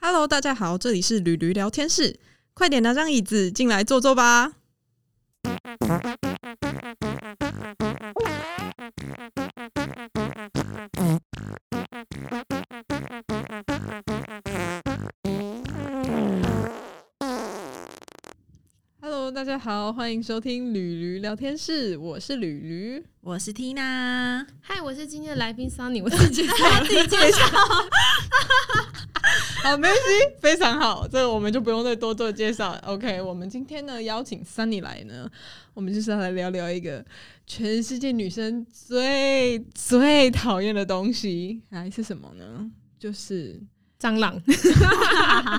Hello，大家好，这里是驴驴聊天室，快点拿张椅子进来坐坐吧。Hello，大家好，欢迎收听驴驴聊天室，我是驴驴。我是 Tina，嗨，我是今天的来宾 Sunny，我自己自己 介绍。好，没关系，非常好，这个我们就不用再多做介绍。OK，我们今天呢邀请 Sunny 来呢，我们就是要来聊聊一个全世界女生最最讨厌的东西，哎是什么呢？就是啊蟑螂，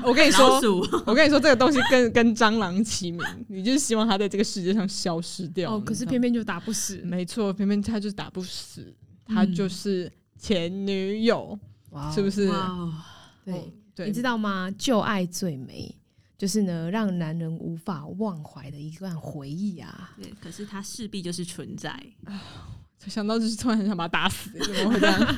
我跟你老说，鼠，我跟你说这个东西跟跟蟑螂齐名，你就是希望它在这个世界上消失掉。哦，可是你知道吗偏偏就打不死，没错，偏偏它就是打不死，它嗯就是前女友，是不是？哇哦，嗯对，对，你知道吗？旧爱最美，就是呢，让男人无法忘怀的一段回忆啊。对，可是它势必就是存在。嗯想到就是突然很想把它打死，怎么会这样？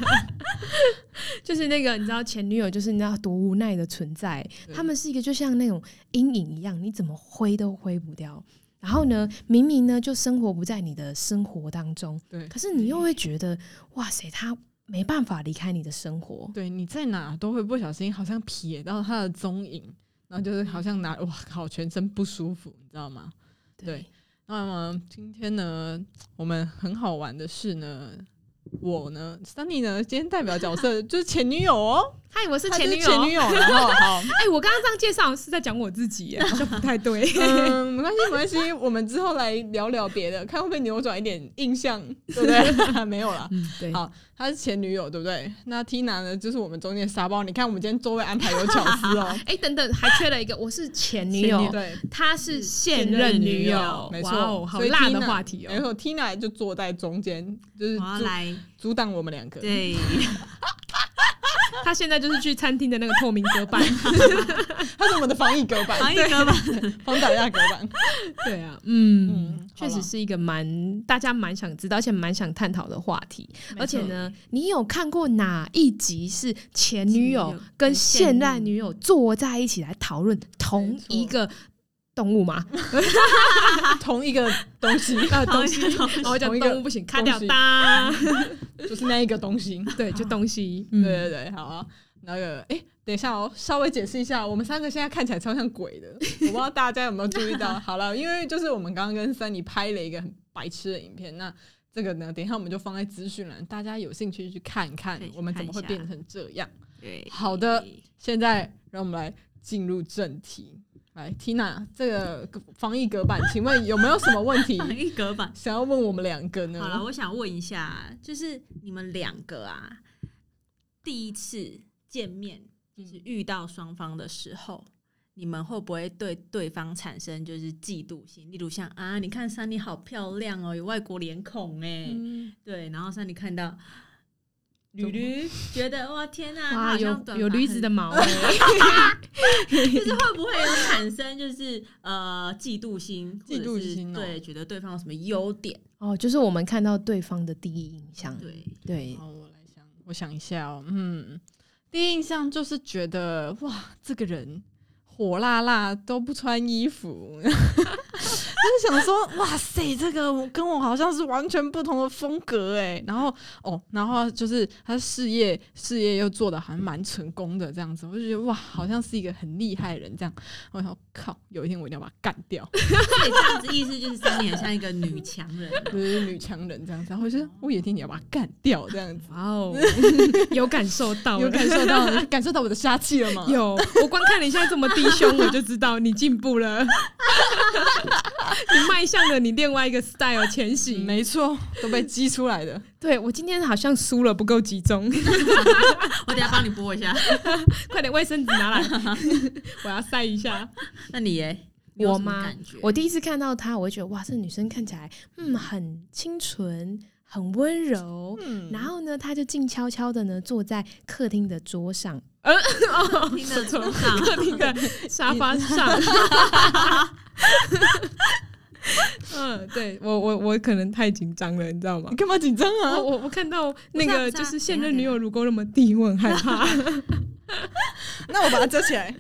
就是那个你知道前女友，就是你知道多无奈的存在，对他们是一个就像那种阴影一样，你怎么挥都挥不掉。然后呢，明明呢就生活不在你的生活当中，对可是你又会觉得哇塞，他没办法离开你的生活。对，你在哪都会不小心好像瞥到他的踪影，然后就是好像哪嗯哇靠，全身不舒服，你知道吗？对那么今天呢，我们很好玩的是呢，我呢，Sunny 呢，今天代表角色就是前女友 哦，嗨，我是她就前女友，前女友，然 后好，哎、我刚刚这样介绍是在讲我自己耶，好像不太对。嗯，没关系，没关系，我们之后来聊聊别的，看会不会扭转一点印象，对不对？ 没有啦。 嗯，对好她是前女友，对不对？那 Tina 呢，就是我们中间的沙包。你看，我们今天座位安排有巧思哦。哎、等等，还缺了一个，我是 前女友，对，她是现任女友，没哇错，哦，好所以辣的 Tina- 话题没哦。啊错，Tina 就坐在中间，就是我要阻来，阻挡我们两个。 对，她现在就是去餐厅的那个透明隔板。他是我们的防疫隔板，防疫哥吧，对防打压隔板。 对啊， 嗯。嗯，确实是一个蛮大家蛮想知道，而且蛮想探讨的话题。好啦，而且呢，你有看过哪一集是前前女友女友跟跟现现任任女友坐在一起来讨论同一个动物 吗？没错，啊同一个东西， 呃，同东一西个东西然后叫同一个动物不行，卡东掉西 哒。 就是那一个东西。对，就东西。对嗯，对对，好啊。那个，哎、等一下哦，稍微解释一下，我们三个现在看起来超像鬼 的，我不知道大家有没有注意到。好了，因为就是我们刚刚跟三妮拍了一个很白痴的影片，那这个呢，等一下我们就放在资讯栏，大家有兴趣去看看可以去我们怎么会看一下变成这样。对，好的现在让我们来进入正题。来，Tina，这个防疫隔板，请问有没有什么问 题防疫隔板。想要问我们两个嗯好了，呢？我想问一下，就是你们两个啊，第一次见面，就是遇到双方的时候。你们会不会对对方产生就是嫉妒心？例如像啊，你看珊妮好漂亮哦，有外国脸孔哎、嗯，对，然后珊妮看 到怎驴么驴，觉得哇天呐、她哇，好有像短有发驴子很的毛欸， 就是会不会产生就是呃嫉妒心，嫉妒或者是心哦对，觉得对方有什么优点？哦，就是我们看到对方的第一印象。对，对，好，我来想，我想一下哦，嗯，第一印象就是觉得哇，这个人火辣辣都不穿衣服， 就是想说哇塞，这个我跟我好像是完全不同的风格哎。然后哦，然后就是他事业事业又做的还蛮成功的这样子，我就觉得哇，好像是一个很厉害的人这样。我想靠，有一天我一定要把他干掉，所以这样子意思就是珊妮很像一个女强人， 就是女强人这样子。然后我就觉得我有一天也要把他干掉这样子。哇哦，有感受到有了，感受到感受到我的杀气了吗？ 有，我光看你现在这么低胸，我就知道你进步了， 你迈向了你另外一个 style 前行。没错，嗯都被激出来的。对我今天好像输了，不够集中， 我等一下帮你播一下。快点卫生纸拿来，我要晒一下。那你耶，你有我什么吗感觉？我第一次看到她，我会觉得哇，这女生看起来嗯很清纯，很温柔。嗯然后呢，她就静悄悄的呢坐在客厅的桌上，哦听得出上， 客厅的沙发 上。嗯，对我我我可能太紧张了，你知道吗你？干嘛紧张我啊？我我看到不那是啊个不是就啊是现等一任下 女友如果那么低，我很害怕。那我把它遮起 来，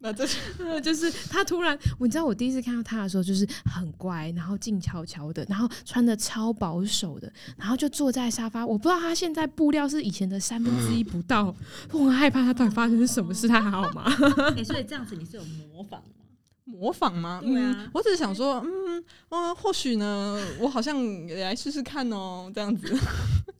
把它遮起来。就是他突然，我知道我第一次看到他的时候，就是很乖，然后静悄悄的，然后穿的超保守的，然后就坐在沙发。我不知道他现在布料是以前的三分之一不 到，我很害怕他到底发生什么事，他还好吗？ 哎、所以这样子你是有模仿吗？模仿吗？对啊嗯，我只是想说，嗯，嗯，或许呢，我好像也来试试看哦，这样子。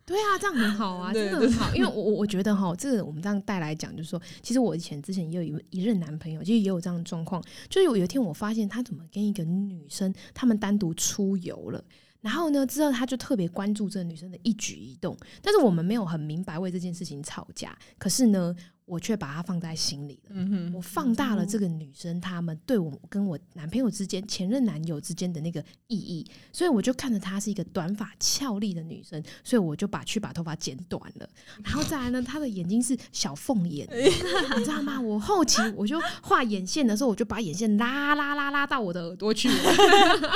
对啊，这样很好啊，对真的很好。因为我我我觉得哈，这个我们这样带来讲，就是说，其实我以前之前也有一位一任男朋友，其实也有这样的状况，就是有有一天我发现他怎么跟一个女生他们单独出游了。然后呢，之后他就特别关注这个女生的一举一动，但是我们没有很明白为这件事情吵架，可是呢，我却把它放在心里了。嗯哼，我放大了这个女生她们对我跟我男朋友之间、前任男友之间的那个意义，所以我就看着她是一个短发俏丽的女生，所以我就把去把头发剪短了，然后再来呢，她的眼睛是小凤眼，你知道吗？我后期我就画眼线的时候，我就把眼线拉拉拉拉到我的耳朵去了。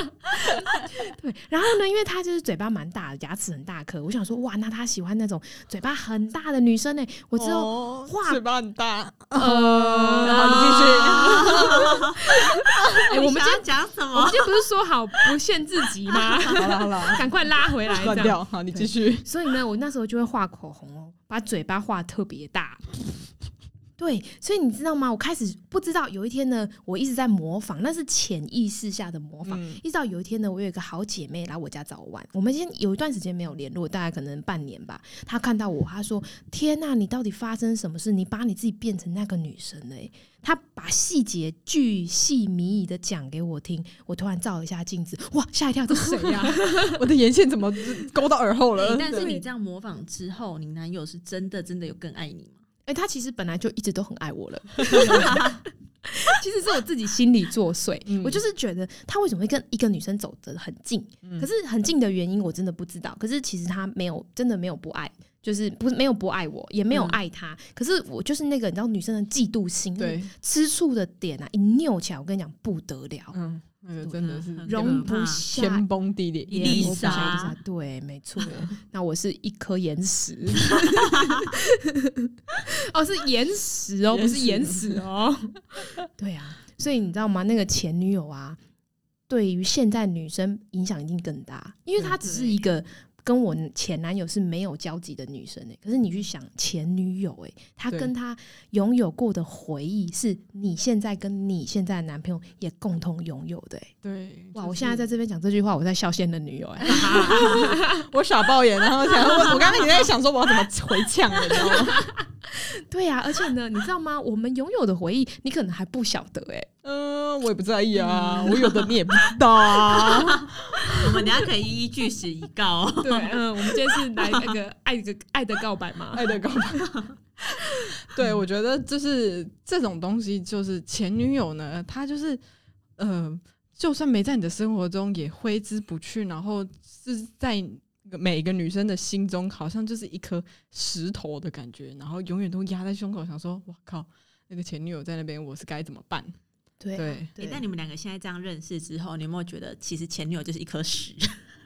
对，然后呢，因为她就是嘴巴蛮大的，牙齿很大颗，我想说哇，那她喜欢那种嘴巴很大的女生呢、欸我之后哦画嘴巴很大，呃，然后你继续。 哎我们今想要讲什我么？们今天不是说好不限自己吗？ 呃 好了好了，赶快拉回来，断这样。掉。好，你继续。所以呢，我那时候就会画口红哦，把嘴巴画特别大。对，所以你知道吗？我开始不知道，有一天呢，我一直在模仿，那是潜意识下的模仿。嗯一直到有一天呢，我有一个好姐妹来我家找我玩，我们先有一段时间没有联络，大概可能半年吧。她看到我，她说：“天呐、你到底发生什么事？你把你自己变成那个女神了、欸。”她把细节巨细靡遗的讲给我听，我突然照一下镜子，哇，吓一跳，这 是谁呀、我的眼线怎么勾到耳后哎了？但是你这样模仿之后，你男友是真的真的有更爱你吗？哎、他其实本来就一直都很爱我了， 其实是我自己心里作祟。嗯我就是觉得他为什么会跟一个女生走得很近，嗯可是很近的原因我真的不知道。可是其实他没有真的没有不爱，就是不是没有不爱我，也没有嗯爱他。可是我就是那个你知道女生的嫉妒心，对，吃醋的点啊，一扭起来，我跟你讲不得了，嗯，那个真的是嗯容不下天崩地裂，一粒我不想沙一粒沙对，没 错。那我是一颗岩石， 哦，是岩石哦，不是岩岩石哦。 对啊，所以你知道吗？那个前女友啊，对于现在女生影响一定更大，因为她只是一个。跟我前男友是没有交集的女生哎、可是你去想前女友哎、她对跟她拥有过的回忆，是你现在跟你现在的男朋友也共同拥有的、欸、对，就哇！是我现在在这边讲这句话，我在笑现任女友哎、我傻爆眼，然后想 我我刚刚也在想说我要怎么回呛你知道吗？ 对呀、而且呢，你知道吗？我们拥有的回忆，你可能还不晓得哎、嗯，我也不在意啊，我有的你也不知道啊。我们等一下可以依据实以告哦。对，嗯，我们今天是来那个爱的爱的告白嘛爱的告白。对，我觉得就是这种东西，就是前女友呢，她就是呃，就算没在你的生活中，也挥之不去，然后是在每个女生的心中，好像就是一颗石头的感觉，然后永远都压在胸口，想说，我靠。那个前女友在那边，我是该怎么办？对啊对 对，但你们两个现在这样认识之后，你有没有觉得其实前女友就是一颗屎？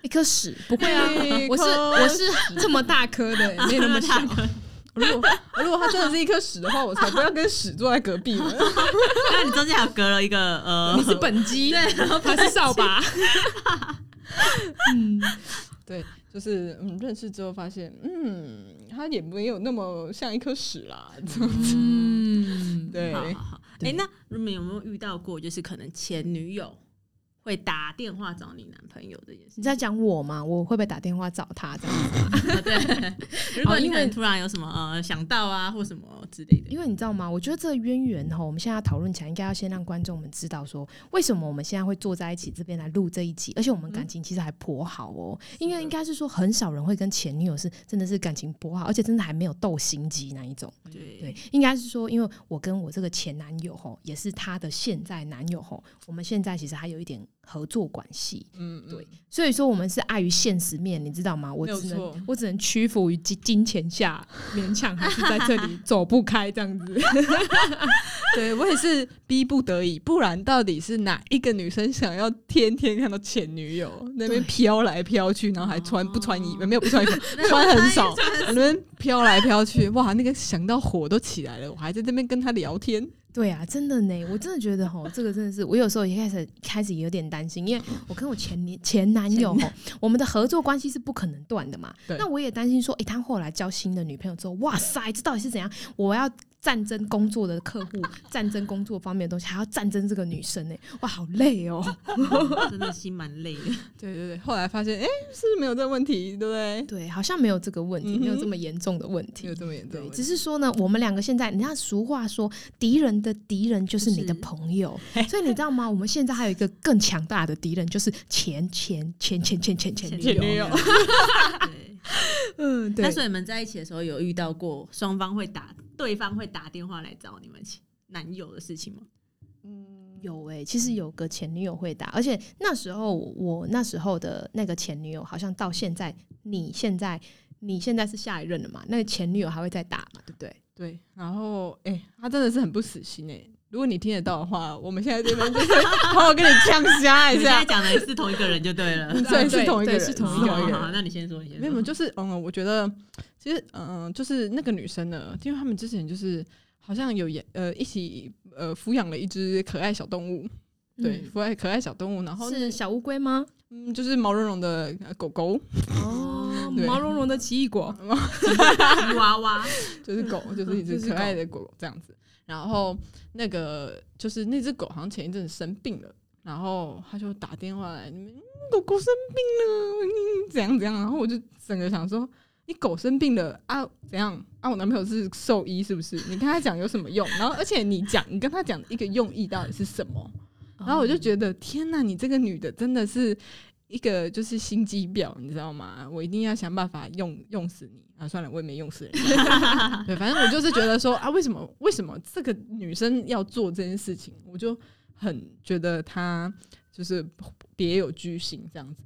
一颗屎不会啊，一颗我是我是这么大颗的、 没有那么小。如果如果他真的是一颗屎的话，我才不要跟屎坐在隔壁呢。那你中间还有隔了一个呃，你是本机，对，他是扫 把。嗯， 对，就是嗯，认识之后发现，嗯，他也没有那么像一颗屎啦。 嗯，对，好好好。哎、对那你们有没有遇到过，就是可能前女友会打电话找你男朋友这件事你？在讲我嘛？我会不会打电话找他这样？啊对，如果你因可为能突然有什么呃想到啊或什么之类的，因为你知道吗？我觉得这个渊源哈，我们现在要讨论起来，应该要先让观众们知道说，为什么我们现在会坐在一起这边来录这一集，而且我们嗯感情其实还颇好哦。因为应该是说，很少人会跟前女友是真的是感情颇好，而且真的还没有斗心机那一种。对对，应该是说，因为我跟我这个前男友吼，也是他的现在男友吼，我们现在其实还有一点合作关系。嗯，对所以说，我们是碍于现实面，你知道吗？我没有只能错我只能屈服于金金钱下， 勉强还是在这里走不开这样子。对我也是逼不得已，不然到底是哪一个女生想要天天看到前女友那边对飘来飘去，然后还穿不穿衣服，没有不穿衣服， 那穿很少我穿哦那边飘来飘去，哇，那个想到火都起来了，我还在那边跟她聊天，对啊，真的呢，我真的觉得吼，这个真的是我有时候一开始一开始也有点担心，因为我跟我前年前男友吼，我们的合作关系是不可能断的嘛。对那我也担心说，诶，他后来交新的女朋友之后，哇塞，这到底是怎样？我要战争工作的客户，战争工作方面的东西，还要战争这个女生呢，哇，好累 哦。 真的心蛮累的。对对对，后来发现，哎、是不是没有这个问题，对不对？对，好像没有这个问题，嗯哼没有这么严重的问题没有。这么严重对，的问只题，是说呢，我们两个现在，你看俗话说，敌人的敌人就是你的朋友，所以你知道吗？我们现在还有一个更强大的敌人，就是前前前前前前前前女女友友。 对，嗯，对那。所以你们在一起的时候有遇到过双方会打对方会打电话来找你们前男友的事情吗？有哎、其实有个前女友会打，而且那时候我那时候的那个前女友，好像到现在，你现在你现在是下一任了嘛？那个前女友还会再打嘛？对不对？对，然后，哎、他真的是很不死心哎、如果你听得到的话，我们现在这边就是 好好跟你呛虾你一们现在下。讲的是同一个人就对了。嗯对，对是同一个对人，是哎啊 同好一个好好人好，那你先说，你先没有，说。就是嗯，我觉得其实嗯，就是那个女生呢，因为他们之前就是好像有养呃一起呃抚养了一只可爱小动物，对，嗯抚爱可爱小动物，然后是小乌龟吗？嗯就是毛茸茸的呃狗狗，哦，对毛茸茸的奇异果。吉 娃娃，就是狗，就是一只就是可爱的狗狗这样子。然后那个就是那只狗好像前一阵子生病了，然后他就打电话来，嗯狗狗生病了，嗯怎样怎样。然后我就整个想说，你狗生病了啊？怎样啊？我男朋友是兽医是不是？你跟他讲有什么用？然后而且你讲，你跟他讲一个用意到底是什么？然后我就觉得天呐，你这个女的真的是一个就是心机婊，你知道吗？我一定要想办法用用死你啊！算了，我也没用死人。 对，反正我就是觉得说啊，为什么为什么这个女生要做这件事情？我就很觉得她就是别有居心这样子。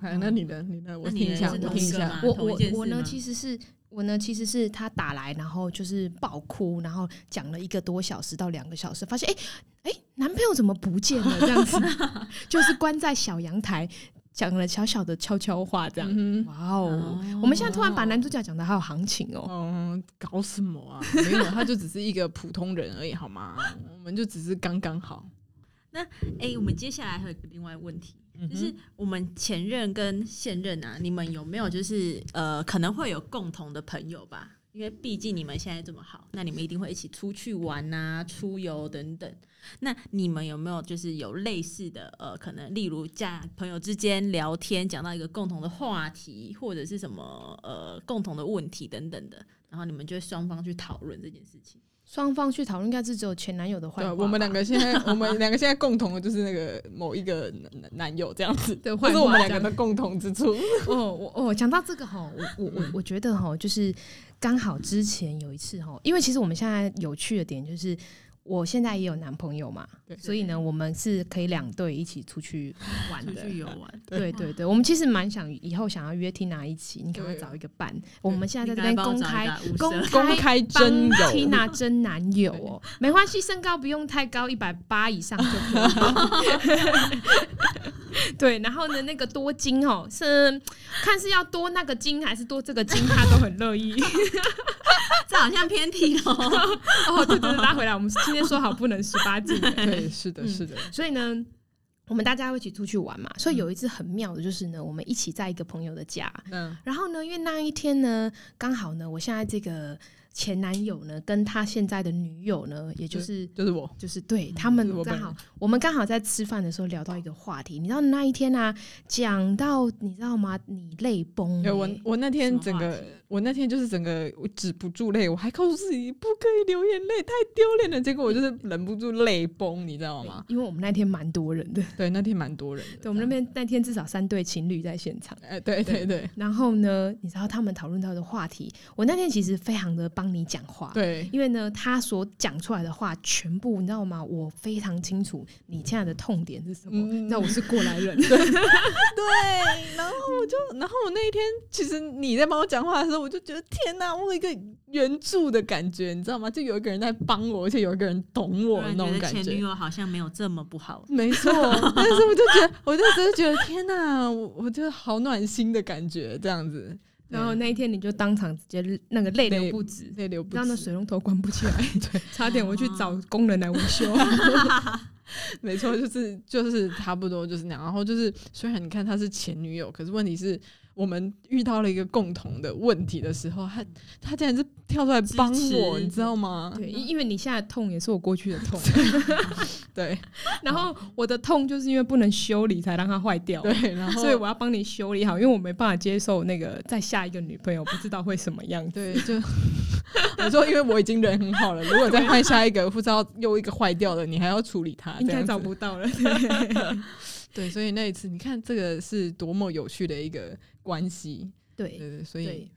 哎，那你呢？你呢？我那听你一呢下，是我同听一一个下吗。我啊同一我件我事呢，吗其实是我呢，其实是他打来，然后就是爆哭，然后讲了一个多小时到两个小时，发现哎哎、诶男朋友怎么不见了？这样子， 就是关在小阳台讲了小小的悄悄话，这样。嗯哼，哇哦！我们现在突然把男主角讲的好有行情哦，嗯，搞什么啊？没有，她就只是一个普通人而已，好吗？我们就只是刚刚好。哎、我们接下来还有另外一个问题，嗯哼就是我们前任跟现任啊，你们有没有就是呃，可能会有共同的朋友吧？因为毕竟你们现在这么好，那你们一定会一起出去玩啊、出游等等。那你们有没有就是有类似的呃，可能例如在朋友之间聊天，讲到一个共同的话题，或者是什么呃共同的问题等等的，然后你们就会双方去讨论这件事情。双方去讨论，应该是只有前男友的坏对，啊话吧。我们两个现在，我们两个现在共同的就是那个某一个男男男友这样子，对这坏是我话们这两个的共同之处。哦，我哦，讲到这个哈，我我嗯我我觉得哈，就是刚好之前有一次哈，因为其实我们现在有趣的点就是，我现在也有男朋友嘛对，所以呢，嗯我们是可以两队一起 出去玩出的。去游玩，对对对，我们其实蛮想以后想要约 Tina 一起，你赶快对找一个伴。我们现在在这边公开你赶快帮我找一个公五十公开开帮真友， Tina 真男友 哦，没关系，身高不用太高，一百八以上就可以了。对，然后呢，那个多金哦，是看是要多那个金还是多这个金，他都很乐意。 这好像偏题哦。 哦，对对对，拉回来，我们今天说好不能十八禁的，对，是的，嗯是的，所以呢。我们大家会一起出去玩嘛，所以有一次很妙的就是呢，我们一起在一个朋友的家，嗯，然后呢，因为那一天呢，刚好呢，我现在这个前男友呢，跟他现在的女友呢，也就是就是我，就是对他们就是我刚本好，我们刚好在吃饭的时候聊到一个话题，你知道那一天啊，讲到你知道吗？你泪崩、哎，我欸，我那天什整么话个题我那天就是整个我止不住泪，我还告诉自己不可以流眼泪，太丢脸了。结果我就是忍不住泪崩，你知道吗？因为我们那天蛮多人 的，对，那天蛮多人的。对我们那边那天至少三对情侣在现场。哎、对对对然后呢，你知道他们讨论到的话题，我那天其实非常的帮你讲话，对，因为呢，他所讲出来的话全部，你知道吗？我非常清楚你现在的痛点是什么。嗯你知道我是过来 人，对，然后我就，然后我那一天，其实你在帮我讲话的时候，我就觉得天哪，我有一个援助的感觉，你知道吗？就有一个人在帮我，而且有一个人懂突我的然那觉种得感前觉女。友好像没有这么不好。没错，但是我就觉得，我就只是觉得天哪，我我觉得好暖心的感觉，这样子。然后那一天你就当场直接那个泪流不止，泪流不让那止，水龙头关不起来， 对，差点我去找工人来维修。没错，就是就是差不多就是那样。然后就是，虽然你看她是前女友，可是问题是我们遇到了一个共同的问题的时候，她嗯她竟然是跳出来帮支持我，你知道吗？ 对，因因为你现在的痛也是我过去的痛，对 然后我的痛就是因为不能修理才让它坏掉，对，然后哦 所以我要帮你修理好，因为我没办法接受那个再下一个女朋友不知道会什么样子。对就我说，因为我已经人很好了，如果再换下一个，不知道又一个坏掉的，你还要处理它，啊 应这该样找子不到了，对，所以那一次，你看这个是多么有趣的一个关系，对 对对对，所以对，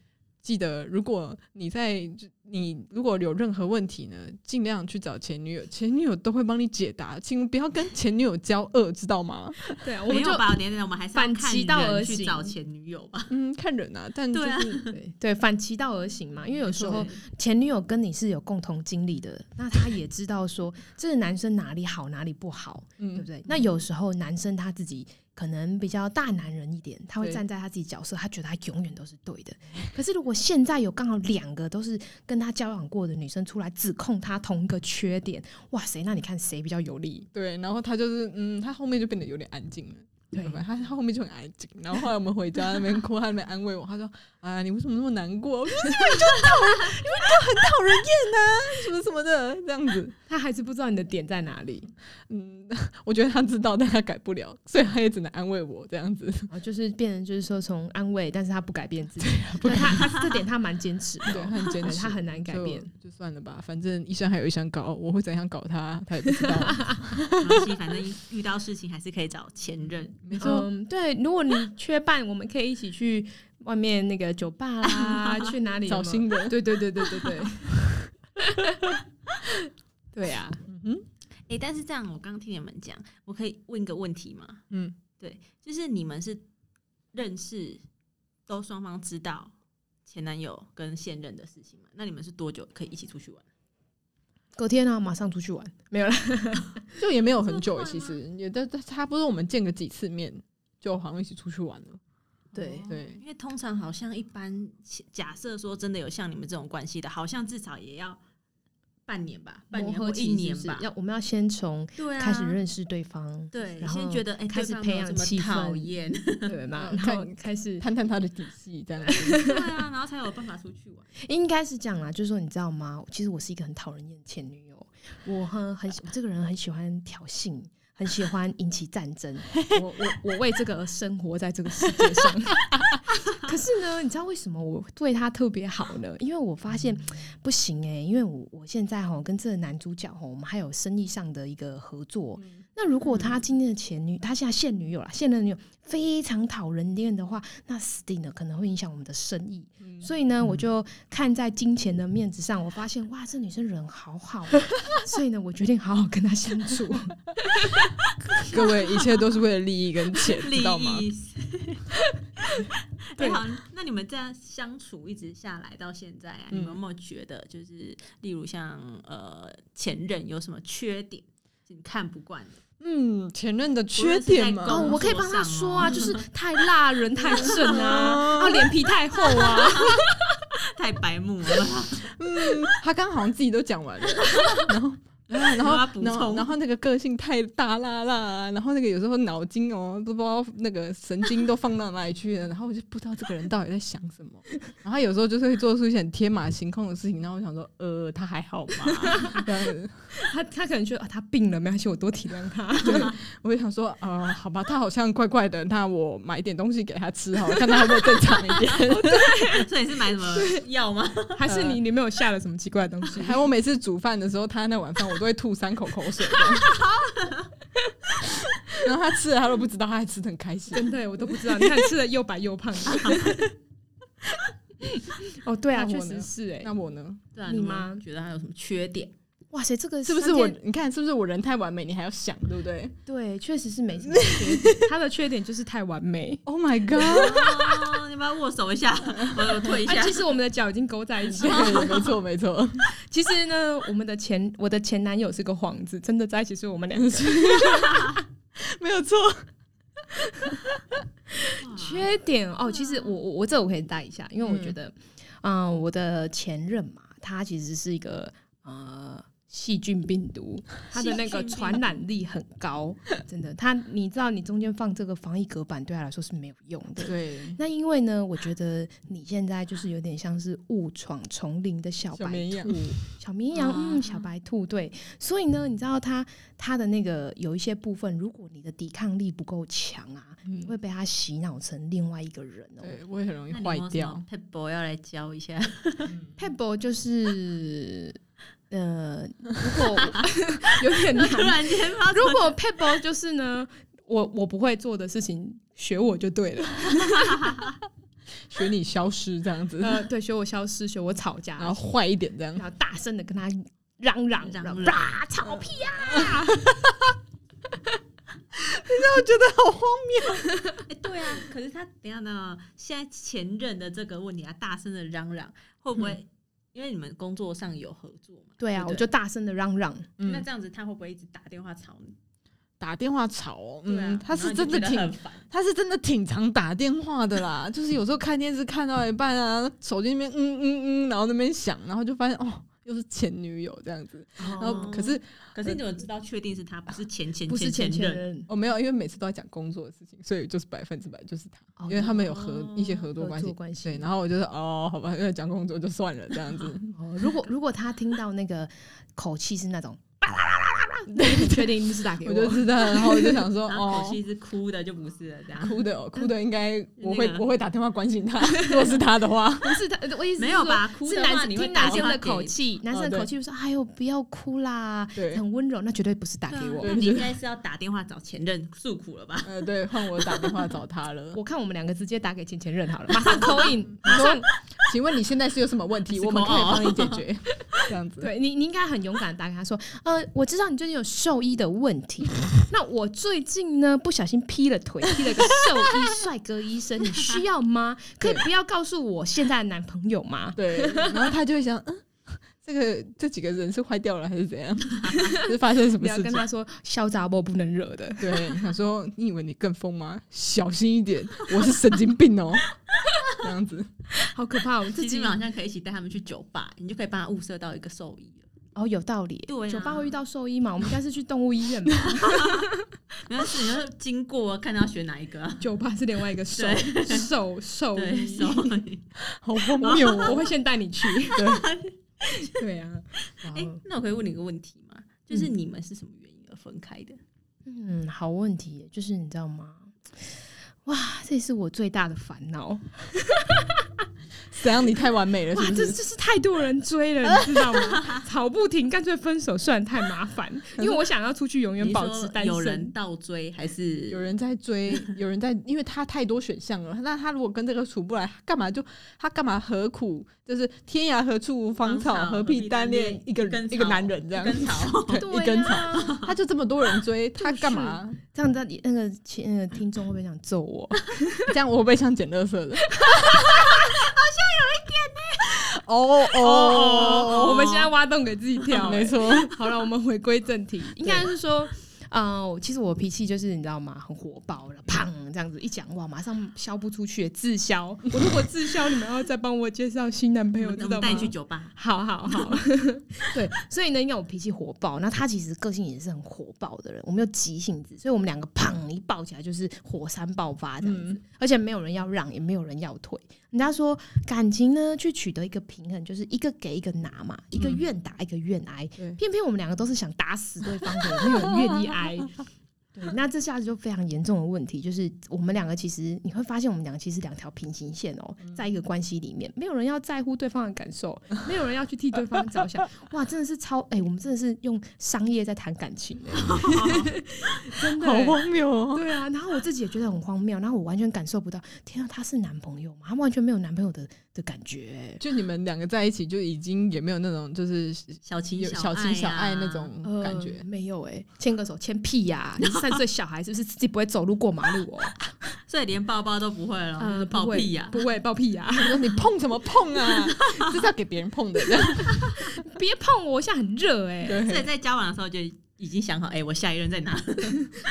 记得，如果你在你如果有任何问题呢，尽量去找前女友，前女友都会帮你解答，请不要跟前女友交恶，知道吗？对啊，我没们就有吧？等一等，我们还是要反看其道人而去行找前女友吧。嗯，看人啊，但就是对啊对对反其道而行嘛，因为有时候对前女友跟你是有共同经历的，那他也知道说这个男生哪里好哪里不好，对不嗯，对？那有时候男生他自己可能比较大男人一点，他会对站在他自己角色，他觉得他永远都是对的。可是如果现在有刚好两个都是跟他交往过的女生出来指控他同一个缺点，哇塞，那你看谁比较有利？对，然后他就是嗯，他后面就变得有点安静了。对对吧？他他后面就很安静，然后后来我们回家那边哭，他那边安慰我，他说：“啊，你为什么那么难过？ 我说你们 就很讨人，你们就很讨人厌呐、什么什么的，这样子。他还是不知道你的点在 哪里，”嗯，我觉得他知道，但他改不了，所以他也只能安慰我这样子。然后哦就是变成就是说从安慰，但是他不改变自己，啊对他他这点他蛮坚持的对，哦，他很坚对持，他很难改就变。就算了吧，反正一山还有一山高，我会怎样搞他，他也不 知道。没关系，反正一遇到事情还是可以找前任。没错，嗯，对，如果你缺伴，我们可以一起去外面那个酒 吧啦，去哪里有没找有新人。对对对对对对，对啊呀、嗯哼哎、但是这样，我刚刚听你们讲，我可以问一个问题吗？嗯，对，就是你们是认识，都双方知道前男友跟现任的事情嘛？那你们是多久可以一起出去玩？隔天呢、马上出去玩，没有啦。就也没有很久，这么快其吗实也都都差不多，我们见个几次面，就好像一起出去玩了。对哦对因为通常好像一般假设说真的有像你们这种关系的，好像至少也要半年吧，半年或磨合一期是年不是吧，要我们要先从对啊，开始认识对方，对，然先后觉得哎、开对始方培没有养这么气讨氛厌， 对嘛？嗯然后看开始探探他的底细，这样 子。对啊，然后才有办法出去玩。应该是这样啦，就是说你知道吗？其实我是一个很讨人厌的前女友，我很很喜我这个人很喜欢挑衅，很喜欢引起战争，我我我为这个而生活在这个世界上。 可是呢，你知道为什么我对他特别好呢？因为我发现不行诶、因为我我现在哈跟这个男主角哈，我们还有生意上的一个合作。那如果他今天的前女，他现在现女友啦，现任女友非常讨人厌的话，那死定了，可能会影响我们的生意。嗯所以呢，我就看在金钱的面子上，我发现哇，这女生人好好哦， 所以呢，我决定好好跟她相 处。哦各位，一切都是为了利益跟钱，知道吗？ 利益 对哎好，那你们这样相处一直下来到现在啊，嗯你们有没有觉得，就是例如像呃前任有什么缺点是你看不惯的？嗯，前任的缺点无论是在哦嘛沟，，我可以帮她说啊，就是太辣、人太正 啊，啊，脸皮太厚啊。太白目了， 嗯，他刚好像自己都讲完了，然后啊然后要补充然后然后那个个性太大啦啦，然后那个有时候脑筋哦都不知道那个神经都放到哪里去了，然后我就不知道这个人到底在想什么，然后他有时候就是会做出一些很天马行空的事情，然后我想说，呃，他还好吗？ 这样子他他可能觉得啊，他病了，没关系，我多体谅他。我就想说，呃，好吧，他好像怪怪的，那我买一点东西给他吃好了，看他会不会正常一点。所以你是买什么药吗？ 还是嗯你你没有下了什么奇怪的东西？ 还有我每次煮饭的时候，他那碗饭我都会吐三口口水， 然后他吃了他都不知道，他还吃的很开心。真的，我都不知道。你看吃的又白又 胖。哦，对啊，那确我呢实是哎。那我呢？对啊，你你吗们觉得还有什么缺点？哇塞，这个是不是三我？件？你看是不是我人太完美，你还要想，对不对对，确实是没 什么缺点。他的缺点就是太完美。 ？Oh my god！哦，你们要握手一下，我我退一啊，下其。实我们的脚已经勾在一起了。对，没错没错。其实呢，我们的前我的前男友是个幌子，真的在一起是我们两个。没有错， 缺点哦，其实我我我这我可以带一下，因为我觉得，嗯、我的前任嘛，他其实是一个呃细菌病 毒，他的那个细菌病毒传染力很高，真的。他你知道，你中间放这个防疫隔板 对他来说是没有用的。对，那因为呢，我觉得你现在就是有点像是误闯丛林的小小白绵羊兔，小绵羊，啊嗯，小白兔，对。所以呢，你知道它它的那个有一些部分，如果你的抵抗力不够强啊，你会被它洗脑成另外一个人哦。对我也很容易那你坏掉。 p e b b 要来教一下， Pebble 就是呃，如 果有 点突难，然间发如果 Pebble 就是呢，我我不会做的事情，学我就对了。学你消失这样子， 呃，对，学我消失，学我吵架，然后坏一点这 样然。后大声的跟他嚷嚷嚷嚷，嚷啊，吵屁呀、啊！我觉得好荒 哎对啊，可是他等一下呢，现在前任的这个问题，他啊大声的嚷嚷，会不会、嗯因为你们工作上有合作嘛？对啊，不我就大声的嚷嚷，谬。那嗯，这样子，他会不会一直打电话吵你？打电话吵哦，对啊嗯，，他然后是你就真的觉得挺很 烦。他是真的挺常打电话的啦，就是有时候看电视看到一半啊，手机那边嗯嗯嗯，然后那边响，然后就发现哦，又是前女友这样子。然然后可是哦可是你怎么知道确定是他，不是前前不是前前任？任，哦没有，因为每次都在讲工作的事情，所以就是百分之百就是他，哦因为他们有合一些哦合作合关系作。关系。对，然后我就是哦，好吧，因为讲工作就算了这样 子。哦，如果如果他听到那个口气是那种 对，确定是打给我我，就知道，然后我就想 说然后哦口。气是哭的，就不是了，这样。哭的、哦，哭的应 该我那会个我会打电话关心他，如果是他的 话，不是他，我意思是没有说吧哭是的男话生你会听打男电生话的口给气，男生哦的对口气就说：“哎呦，不要哭啦，对很温柔。”那绝对不是打对啊给我对。那嗯你应该是要打电话找前任诉苦了吧？呃，对，换我打电话找他啊了。我看我们两个直接打给前前任好了，马上 call in，马上。请问你现在是有什么哦问题？是我们可以口号帮你解 决，这样子。对你，你应该很勇敢地打给他说：“呃，我知道你最近有兽医的问 题，那我最近呢不小心劈了腿，劈了个兽医帅哥医生，你需 要吗？可以对不要告诉我现在的男朋友吗？”对，然后他就会想，嗯，这个这几个人是坏掉了还是怎样？ 是发生什不么要事跟情？他说小杂包不能惹的。对，想说你以为你更疯吗？小心一点，我是神经病哦，这样子。 好可怕！我 们自其实己你们好像可以一起带他们去酒吧，你就可以帮他物色到一个兽医了。哦，有道理。对啊酒吧会遇到兽医嘛？我们应该是去动物医院吧？ 没关系，你就是经过看到选哪一 个、啊。酒吧是另外一个兽兽兽对，医兽，医。好荒谬我哦！会先带 你去。对，对啊，嗯哎、那我可以问你一个问题吗？就是你们是什么原因而分开的？嗯，好问题耶，就是你知道吗？哇，这也是我最大的烦恼。哇，怎样？你太完美了，是不这是？这是太多人追 了，你知道吗？吵不停，干脆分手，算太麻烦。 因为我想要出去，永远你保持说单身。有人倒追还是有人在追，有人在，因为他太多选项了。那他如果跟这个处不来，干嘛就他干嘛何苦？就是天涯何处无芳草，芳草何必单恋一个根一个草男人这样？跟吵？对，对一根草，啊他就这么多人追，他干嘛？这样子，那个亲那个听众会不会想揍我？这样我会不会像捡垃圾的？好像有一点呢、哦哦我们现在挖洞给自己跳、没欸。错，好了，我们回归正题，应该是说，呃，其实我脾气就是你知道吗，很火爆，然后砰这样子一讲哇，马上消不出去，自消。我如果自消，你们要再帮我介绍新男朋友，知我道们吗带？你去酒吧，好好好， 对，所以呢，因为我脾气火爆，那他其实个性也是很火爆的人，我们又急性子，所以我们两个砰一爆起来就是火山爆发这样子，而且没有人要让，也没有人要退。人家说感情呢，去取得一个平衡，就是一个给一个拿嘛，一个愿打一个愿挨，对偏偏我们两个都是想打死对方的，没有人愿意挨。 对，那这下子就非常严重的问题，就是我们两个其实你会发现，我们两个其实两条平行线哦，在一个关系里面，没有人要在乎对方的感受，没有人要去替对方着 想，哇，真的是超哎、我们真的是用商业在谈感 情、哎真的、好哎荒谬哦！对啊，然后我自己也觉得很荒谬，然后我完全感受不到，天啊，他是男朋友吗？他完全没有男朋友的的感觉、就你们两个在一起，就已经也没有那种就是小情有小爱、情啊、小爱那种呃感觉。没有哎、牵个手牵屁呀、你三岁小孩是不是自己不会走路过 马路哦？所以连抱抱都不会了，呃就是不抱会屁啊呀、不会抱屁呀、 我说你碰什么碰啊？这是要给别人碰的，这样别碰我，我现在很热哎、所以对，在交往的时候就已经想好，哎、我下一任在哪？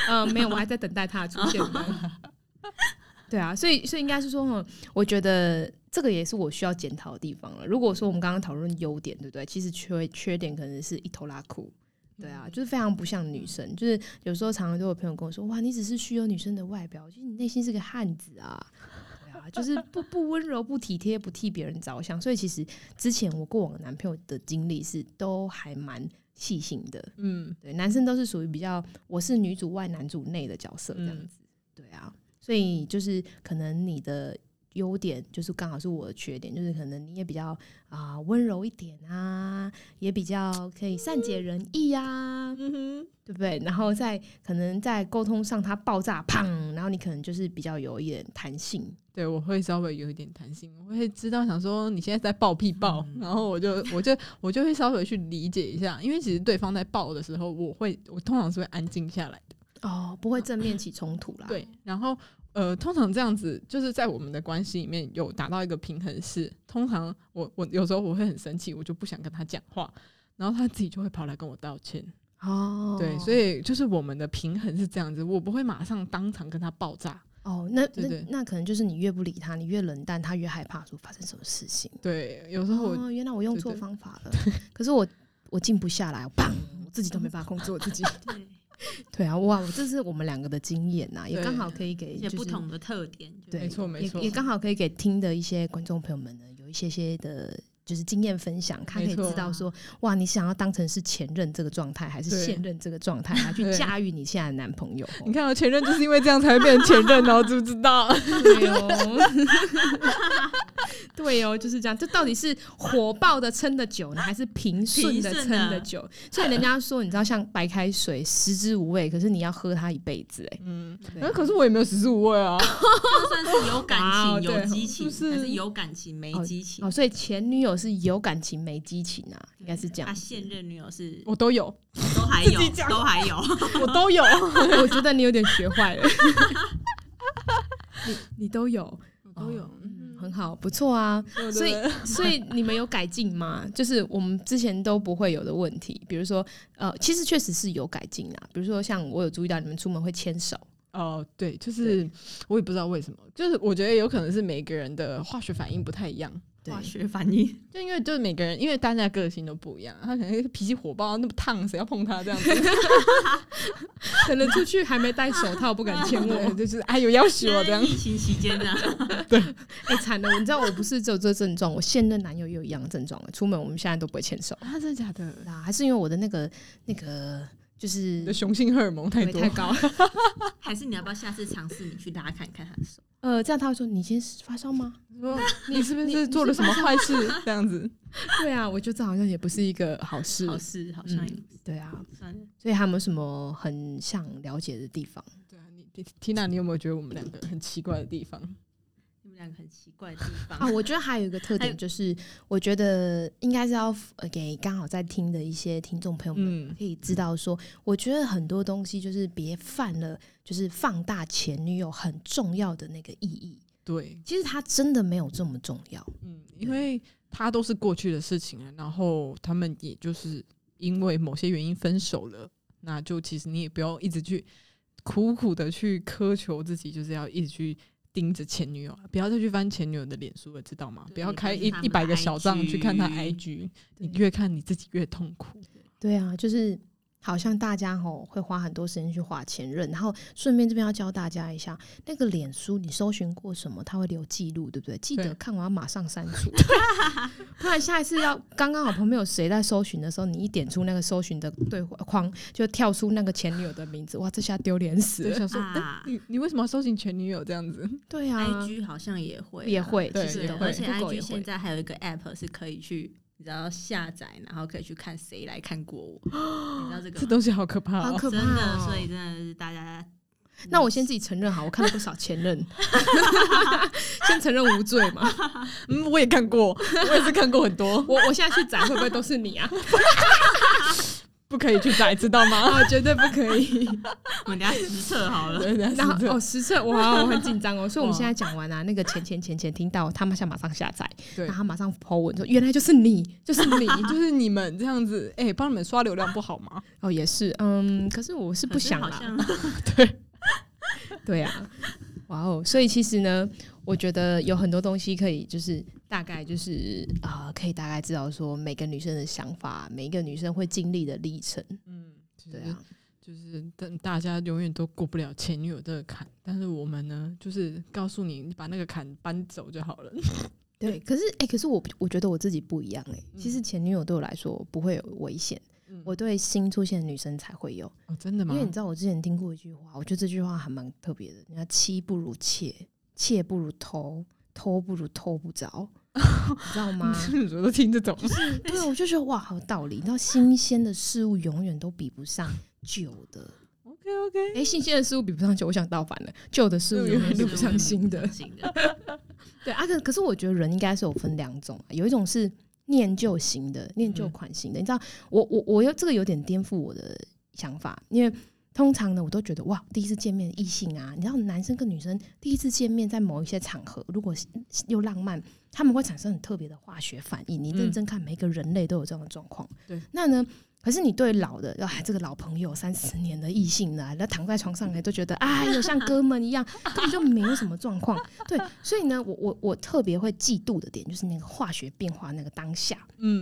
呃，没有，我还在等待他的出现呢。 对啊，所以所以应该是说，嗯我觉得这个也是我需要检讨的地方了。如果说我们刚刚讨论优点，对不对？其实缺缺点可能是一头拉裤。对啊，就是非常不像女生，就是有时候常常都有朋友跟我说：“哇，你只是虚有女生的外表，其实你内心是个汉子啊。”对啊，就是不不温柔、不体贴、不替别人着想。所以其实之前我过往的男朋友的经历是都还蛮细心的，嗯，对，男生都是属于比较我是女主外男主内的角色这样嗯子，对啊，所以就是可能你的优点就是刚好是我的缺点，就是可能你也比较啊温、柔一点啊，也比较可以善解人意啊，嗯对不对？然后在可能在沟通上它爆炸砰，然后你可能就是比较有一点弹性，对，我会稍微有一点弹性，我会知道想说你现在在爆屁爆，嗯然后我就我就我就会稍微去理解一下，因为其实对方在爆的时候，我会我通常是会安静下来的，哦，不会正面起冲突 啦，对，然后呃，通常这样子就是在我们的关系里面有达到一个平衡是，通常我我有时候我会很生气，我就不想跟他讲话，然后他自己就会跑来跟我道歉，哦，对，所以以就是我们的平衡是这样子，我不会马上当场跟他爆炸，哦，那对对那那可能就是你越不理他，你越冷淡，他越害怕说发生什么事情。对，有时候我哦，原来我用对错对嗯方法了。 可是我我静不下来，我砰，我自己都没办法控制我 自己。对，对啊，哇，我这是我们两个的经验呐、也对刚好可以给而就且是不同的特点，就对，没错没错也也刚好可以给听的一些观众朋友们呢，有一些些的。就是经验分享，他可以没错啊知道说，哇，你想要当成是前任这个状态，还是对现任这个状态，来去对驾驭你现在的男朋友哦。 你看，我前任就是因为这样才会变成前任哦，知不知 道？对哦， 对哦，就是这样。这到底是火爆的撑的久呢，还是平顺的平顺撑的的久？所以人家说，你知道像白开水食之无味，可是你要喝它一辈子哎、嗯，对那可是我也没有食之无味啊。就算是有感哇哦情、对有激情，就是还是有感情没激情哦，。所以前女友是有感情没激情啊，应该是这 他样。现任女友是我都有，都还有，都还有，我都有。我觉得你有点学坏了，你你都有，都有嗯，很好，不错啊。所以， 所以你们有改进吗？就是我们之前都不会有的问题，比如说，呃，其实确实是有改进啊。比如说，像我有注意到你们出门会牵手，哦，对，就是我也不知道为什么，就是我觉得有可能是每个人的化学反应不太一样，对化学反应，就因为就是每个人，因为大家个性都不一样，他可能脾气火爆，那么烫，谁要碰他这样子？可能出去还没戴手套，不敢牵 对，。就是哎有要死现我这在样。疫情期间这样，哎、惨了！你知道我不是只有这症状，我现任男友也有一样的症状。出门我们现在都不会牵手，啊，真的假的？啊，还是因为我的那个那个就你的是雄性荷尔蒙太会多太，高。 还是你要不要下次尝试你去拉看看他的手？ 呃，这样他会说：“你今天发烧吗说你是不你你是做了什么坏事？这样子，？”对啊，我觉得这好像也不是一个好事。好事好像也对啊，算了，所以还有没有什么很想了解的地方？对啊，你 Tina，你有没有觉得我们两个很奇怪的地方？你们两个很奇怪的地啊，方。我觉得还有一个特还点有就是，我觉得应该是要呃给刚好在听的一些听众朋友们。嗯，可以知道说，我觉得很多东西就是别犯了，就是放大前女友很重要的那个意义。对，其实它真的没有这么重要。嗯，因为他都是过去的事情了，然后他们也就是因为某些原因分手了，那就其实你也不要一直去苦苦的去苛求自己，就是要一直去盯着前女友，不要再去翻前女友的脸书了，知道吗？对不要不开要去一看一她百们个的小账去看她 IG IG，你对越看你自己越痛苦。对啊，就是好像大家吼会花很多时间去画前任，然后顺便这边要教大家一下，那个脸书你搜寻过什么，它会留记录，对不对？记得对看完要马上 删除，不然下一次要刚刚好旁边有谁在搜寻的时候，你一点出那个搜寻的对话框，就跳出那个前女友的名字，哇，这下丢脸死就了。想说，哎啊你你为什么要搜寻前女友这样子？对啊 IG 好像也会啊也会对其实对也都，会而且 Google IG 也会现在还有一个 App 是可以去，你知道下载，然后可以去看谁来看过 我，你知道这个这吗东西好可怕、好哦！可怕、真哦的，所以真的是大家。那我先自己承认好，我看了不少 前任， 先承认无罪嘛。嗯，我也看过，我也是看过很多，我我现在去宰会不会都 是你啊？不可以去宰，知道 吗？啊，绝对不可 以。我们等一下实测好了。对，然然后后哦，实测 哇，我很紧张哦。所以我们哇现在讲完啊，那个前前前前听到他们想马上下载，对然后他马上 po 文说，原来就是你，就是 你。就是你们这样子，哎、帮你们刷流量不好吗？哦，也是，嗯，可是我是 不可是想好啦，像对啊，哇哦，所以其实呢，我觉得有很多东西可以就是大概就是啊、可以大概知道说每个女生的想法，每一个女生会经历的历程，嗯，其对实啊，就是但大家永远都过不了前女友这个坎，但是我们呢，就是告诉你，你把那个坎搬走就好了。对。可是哎、可是我我觉得我自己不一样哎、其实前女友对我来说不会有危险，嗯我对新出现的女生才会有。哦，真的吗因？为你知道，我之前听过一句话，我觉得这句话还蛮特别的。人家妻不如妾，妾不如偷，偷不如偷不 着，你知道吗？ 你怎么都听这种？对，我就觉得哇，好有道理。你知道，新鲜的事物永远都比不上旧的。 OK OK，哎、新鲜的事物比不上旧，我想倒反了，旧的事物永远对都不上新的。新 的，对啊，可可是我觉得人应该是有分两种啊，有一种是念旧型的，念旧嗯款型的。你知道，我我我又这个有点颠覆我的想法，因为通常呢，我都觉得哇，第一次见面异性啊，你知道男生跟女生第一次见面，在某一些场合，如果是又浪漫，他们会产生很特别的化学反应。你认嗯真看，每一个人类都有这样的状况。对，那呢？可是你对老的，哎，这个老朋友三十年的异性呢，那躺在床上还都觉得，哎呦，像哥们一样，根本就没有什么状况。对，所以呢，我我我特别会嫉妒的点就是那个化学变化那个当下，嗯，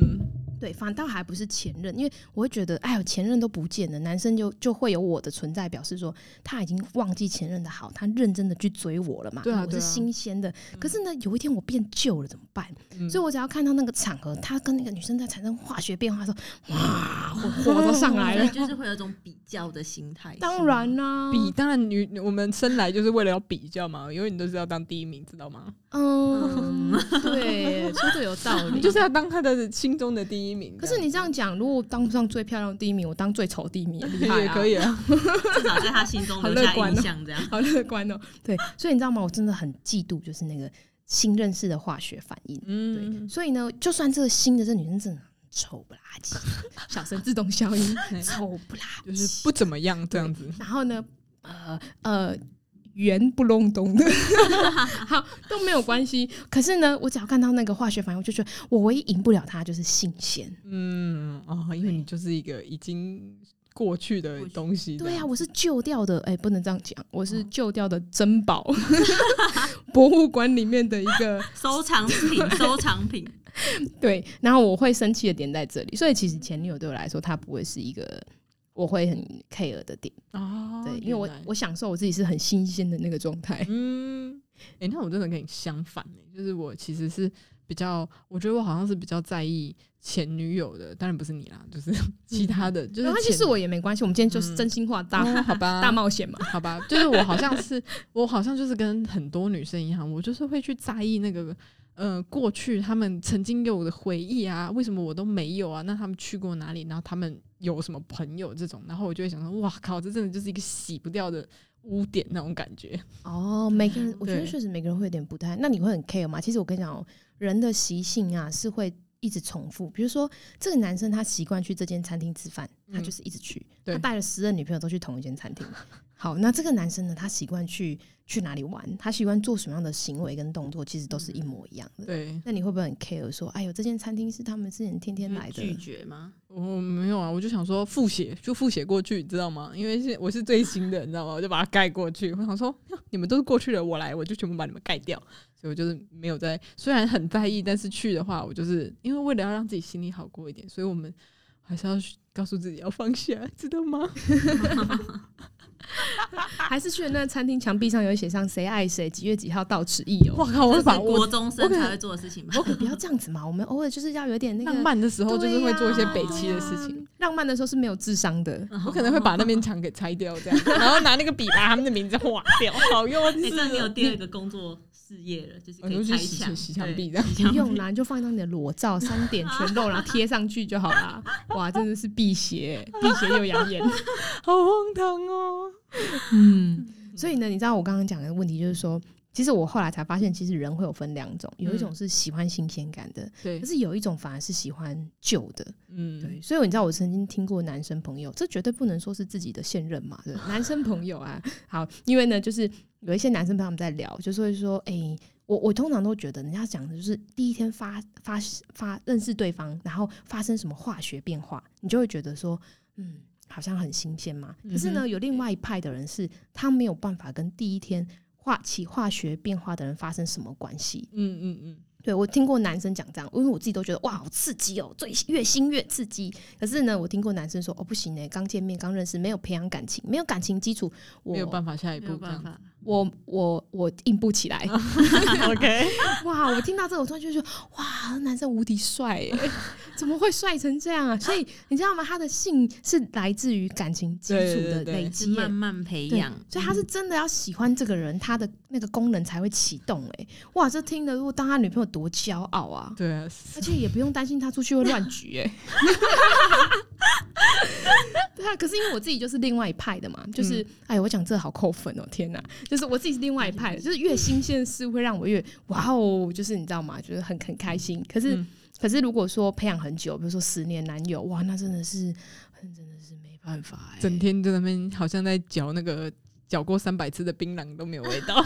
对，反倒还不是前任，因为我会觉得，哎呦，前任都不见了，男生就就会有我的存在，表示说他已经忘记前任的好，他认真的去追我了嘛，对啊我是对啊新鲜的。可是呢，有一天我变旧了怎么办？嗯所以我只要看到那个场合，他跟那个女生在产生化学变化的时候，哇，火火都上来所 以了。就是会有一种比较的心态。当然啦、比当然女我们生来就是为了要比较嘛，永远都是要当第一名，知道吗？嗯， 对，说的有道理，就是要当他的心中的第一名。可是你这样讲，如果当不上最漂亮的第一名，我当最丑第一名也厉这害、样、啊也可以，以啊，是至少在他心中好留乐下观哦印象，这样。好乐观哦。 对，所以你知道吗？我真的很嫉妒，就是那个新认识的化学反应。对，嗯，所以呢，就算这个新的这女生真的很丑不拉几，小声自动消 音，丑不拉就几，是不怎么样这样子。然后呢，呃呃，圆不隆咚的， 好都没有关系。可是呢，我只要看到那个化学反应，我就觉得我唯一赢不了她就是性鲜。嗯，哦，因为你就是一个已经过去的东西。对呀、啊，我是旧掉的，哎、不能这样讲，我是旧掉的珍宝， 博物馆里面的一个收藏品，收藏品，对。然后我会生气的点在这里，所以其实前女友对我来说，她不会是一个我会很 care 的点，哦，对，因为我原来我享受我自己是很新鲜的那个状态。嗯，哎、那我真的跟你相反呢、就是我其实是比较，我觉得我好像是比较在意前女友的，当然不是你啦，就是其他的，就是嗯没关系，前是我也没关系，我们今天就是嗯真心话大、哦好吧， 大冒险嘛。好吧，就是我好像是我好像就是跟很多女生一样，我就是会去在意那个呃过去他们曾经有的回忆啊，为什么我都没有啊？那他们去过哪里？然后他们有什么朋友这种？然后我就会想说，哇靠，这真的就是一个洗不掉的污点那种感觉。哦，每个人，我觉得对确实每个人会有点不太。那你会很 care 吗？其实我跟你讲、哦，人的习性啊是会一直重复。比如说，这个男生他习惯去这间餐厅吃饭，他嗯就是一直去。对他带了十任女朋友都去同一间餐厅。好，那这个男生呢，他习惯去去哪里玩，他习惯做什么样的行为跟动作，其实都是一模一样的。对，那你会不会很 care 说，哎呦，这间餐厅是他们之前天天来的？拒绝吗？我没有啊，我就想说复写就复写过去，你知道吗？因为是我是最新的，你知道吗？我就把它盖过去。我想说你们都是过去的，我来我就全部把你们盖掉。所以我就是没有在，虽然很在意，但是去的话，我就是因为为了要让自己心里好过一点，所以我们还是要告诉自己要放下，知道吗？还是去了那餐厅墙壁上有写上谁爱谁，几月几号到此一游？我靠，我会这是把国我中生才会做的事情吧？我可不要这样子嘛，我们偶尔就是要有点啊那个浪漫的时候，就是会做一些北对七的事情。啊浪漫的时候是没有智 商的。啊我可能会把那面墙给拆掉，这样，然后拿那个笔把他们的名字划掉，好幼哎，这稚、样你有哦。第二个工作事业了，就是我可就以去拆洗墙、洗洗墙对壁 这样，洗墙不用啦，你就放上你的裸照，三点全露，然后贴上去就 好啦。哇，真的是辟邪，欸辟邪又养眼。好荒唐哦。嗯，所以呢，你知道我刚刚讲的问题就是说，其实我后来才发现，其实人会有分两种，有一种是喜欢新鲜感的，嗯对可，是有一种反而是喜欢旧的。对，嗯，所以你知道我曾经听过男生朋友，这绝对不能说是自己的现任嘛，对，男生朋友啊，好，因为呢，就是有一些男生朋友他们在聊，就是会说，哎、我我通常都觉得人家讲的就是第一天发发发认识对方，然后发生什么化学变化，你就会觉得说，嗯。好像很新鲜嘛，可是呢，有另外一派的人是他没有办法跟第一天化起化学变化的人发生什么关系，嗯嗯嗯，对我听过男生讲这样，因为我自己都觉得哇，好刺激哦，最越新越刺激。可是呢，我听过男生说哦，不行呢，刚见面刚认识，没有培养感情，没有感情基础，我没有办法下一没步有这办样。法，我我我硬不 起来。 OK，哇，我听到这个，我突然就觉得哇，男生无敌帅耶， 怎么会帅成这样啊？所以你知道吗？他的性是来自于感情基础的对对对累是积耶，慢慢培对养，所以他是真的要喜欢这个人，他的那个功能才会启动。哎，哇，这听得如果当他女朋友多骄傲啊！对啊，而且也不用担心他出去会乱局 哎、对啊，可是因为我自己就是另外一派的嘛，就是、哎呦，我讲这好扣分哦，天哪！就是我自己是另外一派的，就是越新鲜的事物会让我越哇哦，就是你知道吗？就是很很开心。可是、嗯可是如果说培养很久，比如说十年男友，哇，那真的是真的是没办法哎、整天在那边好像在嚼那个嚼过三百次的槟榔都没有味道。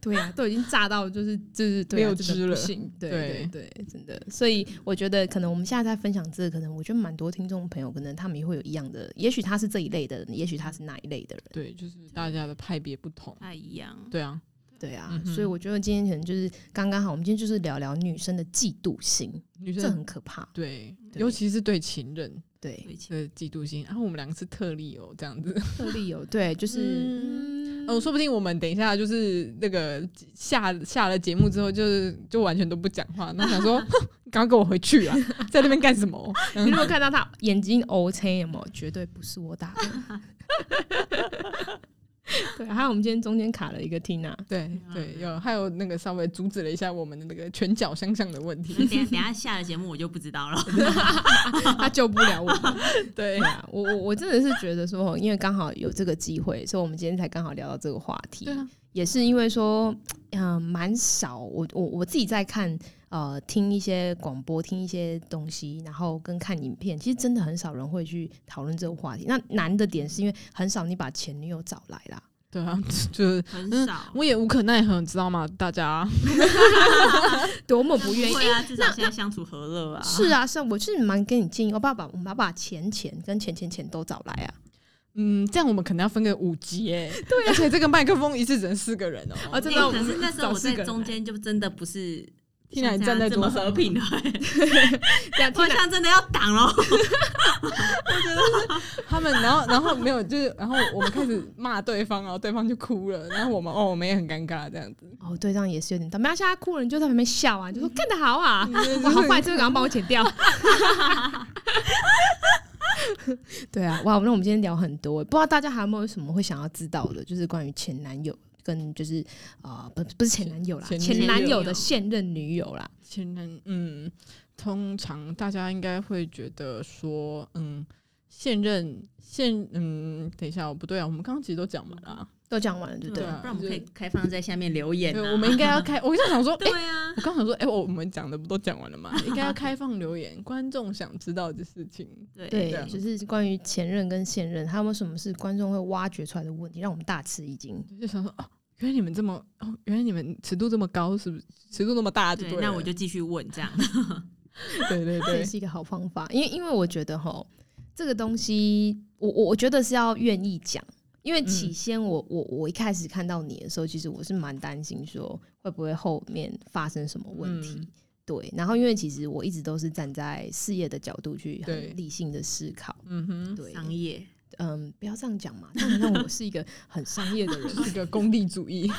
对啊，都已经炸到就是就是 对、啊、没有真的汁不了行对对对对，真的。所以我觉得可能我们现在在分享这个，可能我觉得蛮多听众朋友，可能他们也会有一样的，也许他是这一类的人，也许他是那一类的人，对，就是大家的派别不同不。太一样。对啊，对啊。嗯哼所以我觉得今天可能就是刚刚好，我们今天就是聊聊女生的嫉妒心，女这生很可怕。对，对尤其是对情人对，对其的嫉妒心。然啊后我们两个是特例哦，这样子。特例有对， 就是嗯，哦，说不定我们等一下就是那个下下了节目之后，就是就完全都不讲话，那想说哼赶快跟我回去啊，在那边干什么？嗯你如果看到他眼睛 O K 有没有，绝对不是我打的。 对，还有我们今天中间卡了一个 Tina，对对，有还有那个稍微阻止了一下我们的那个拳脚相向的问 那题，等一下等一下下了节目我就不知道了。他救不了我们。对 对，啊，我我我真的是觉得说，因为刚好有这个机会，所以我们今天才刚好聊到这个话题。对啊，也是因为说，嗯、蛮少。我我我自己在看，呃，听一些广播，听一些东西，然后跟看影片，其实真的很少人会去讨论这个话题。那难的点是因为很少你把前女友找来啦。对啊， 就是很少，嗯我也无可奈何，你知道吗？大家多么那不愿意。会啊，至少现在相处和乐啊。是啊，是啊，我是蛮跟你建议，我爸爸，我们要把前前跟前前前都找来啊。嗯，这样我们可能要分个五级耶，对、而且这个麦克风一次只能四个人哦、啊真哎的可是那时候找我四在个人中间就真的不是听来像你这站样在这桌么上和平的，哎这样听我来想真的要挡了。他们，然后然后没有，就是然后我们开始骂对方，然后对方就哭了，然后我们哦，我们也很尴尬这样子，哦，对，这样也是有点倒霉。没关系他现在哭了，你就在旁边笑啊，你就说干得好啊，嗯哇，好坏，这个赶快帮我剪掉。 对啊，哇，那我们今天聊很多，欸不知道大家还有没有什么会想要知道的，就是关于前男友跟就是啊、呃不不是前男友啦，前前前男女友友的现任女友啦。前任，嗯，通常大家应该会觉得说，嗯，现任现，嗯，等一下，哦，不对啊，我们刚刚其实都讲完了啊、都讲完了，对不对？啊不然我们可以开放在下面留言对，啊。我们应该要 开，我就想说，哎、对啊，我刚想说，哎、我我们讲的不都讲完了吗？应该要开放留言，观众想知道的事情。对啊对这，样就是关于前任跟现任，还有没有什么是观众会挖掘出来的问题，让我们大吃一惊？就想说，哦，原来你们这么，哦，原来你们尺度这么高，是不是？尺度那么啊大就对了那我就继续问 这样。对对这对也，是一个好方法，因为因为我觉得哈，这个东西，我我我觉得是要愿意讲，因嗯为起先我、我我一开始看到你的时候，其实我是蛮担心说会不会后面发生什么问题。嗯对，然后因为其实我一直都是站在事业的角度去对很理性的思考，嗯哼，对，商业嗯，不要这样讲嘛，这样让我是一个很商业的人。是个功利主义。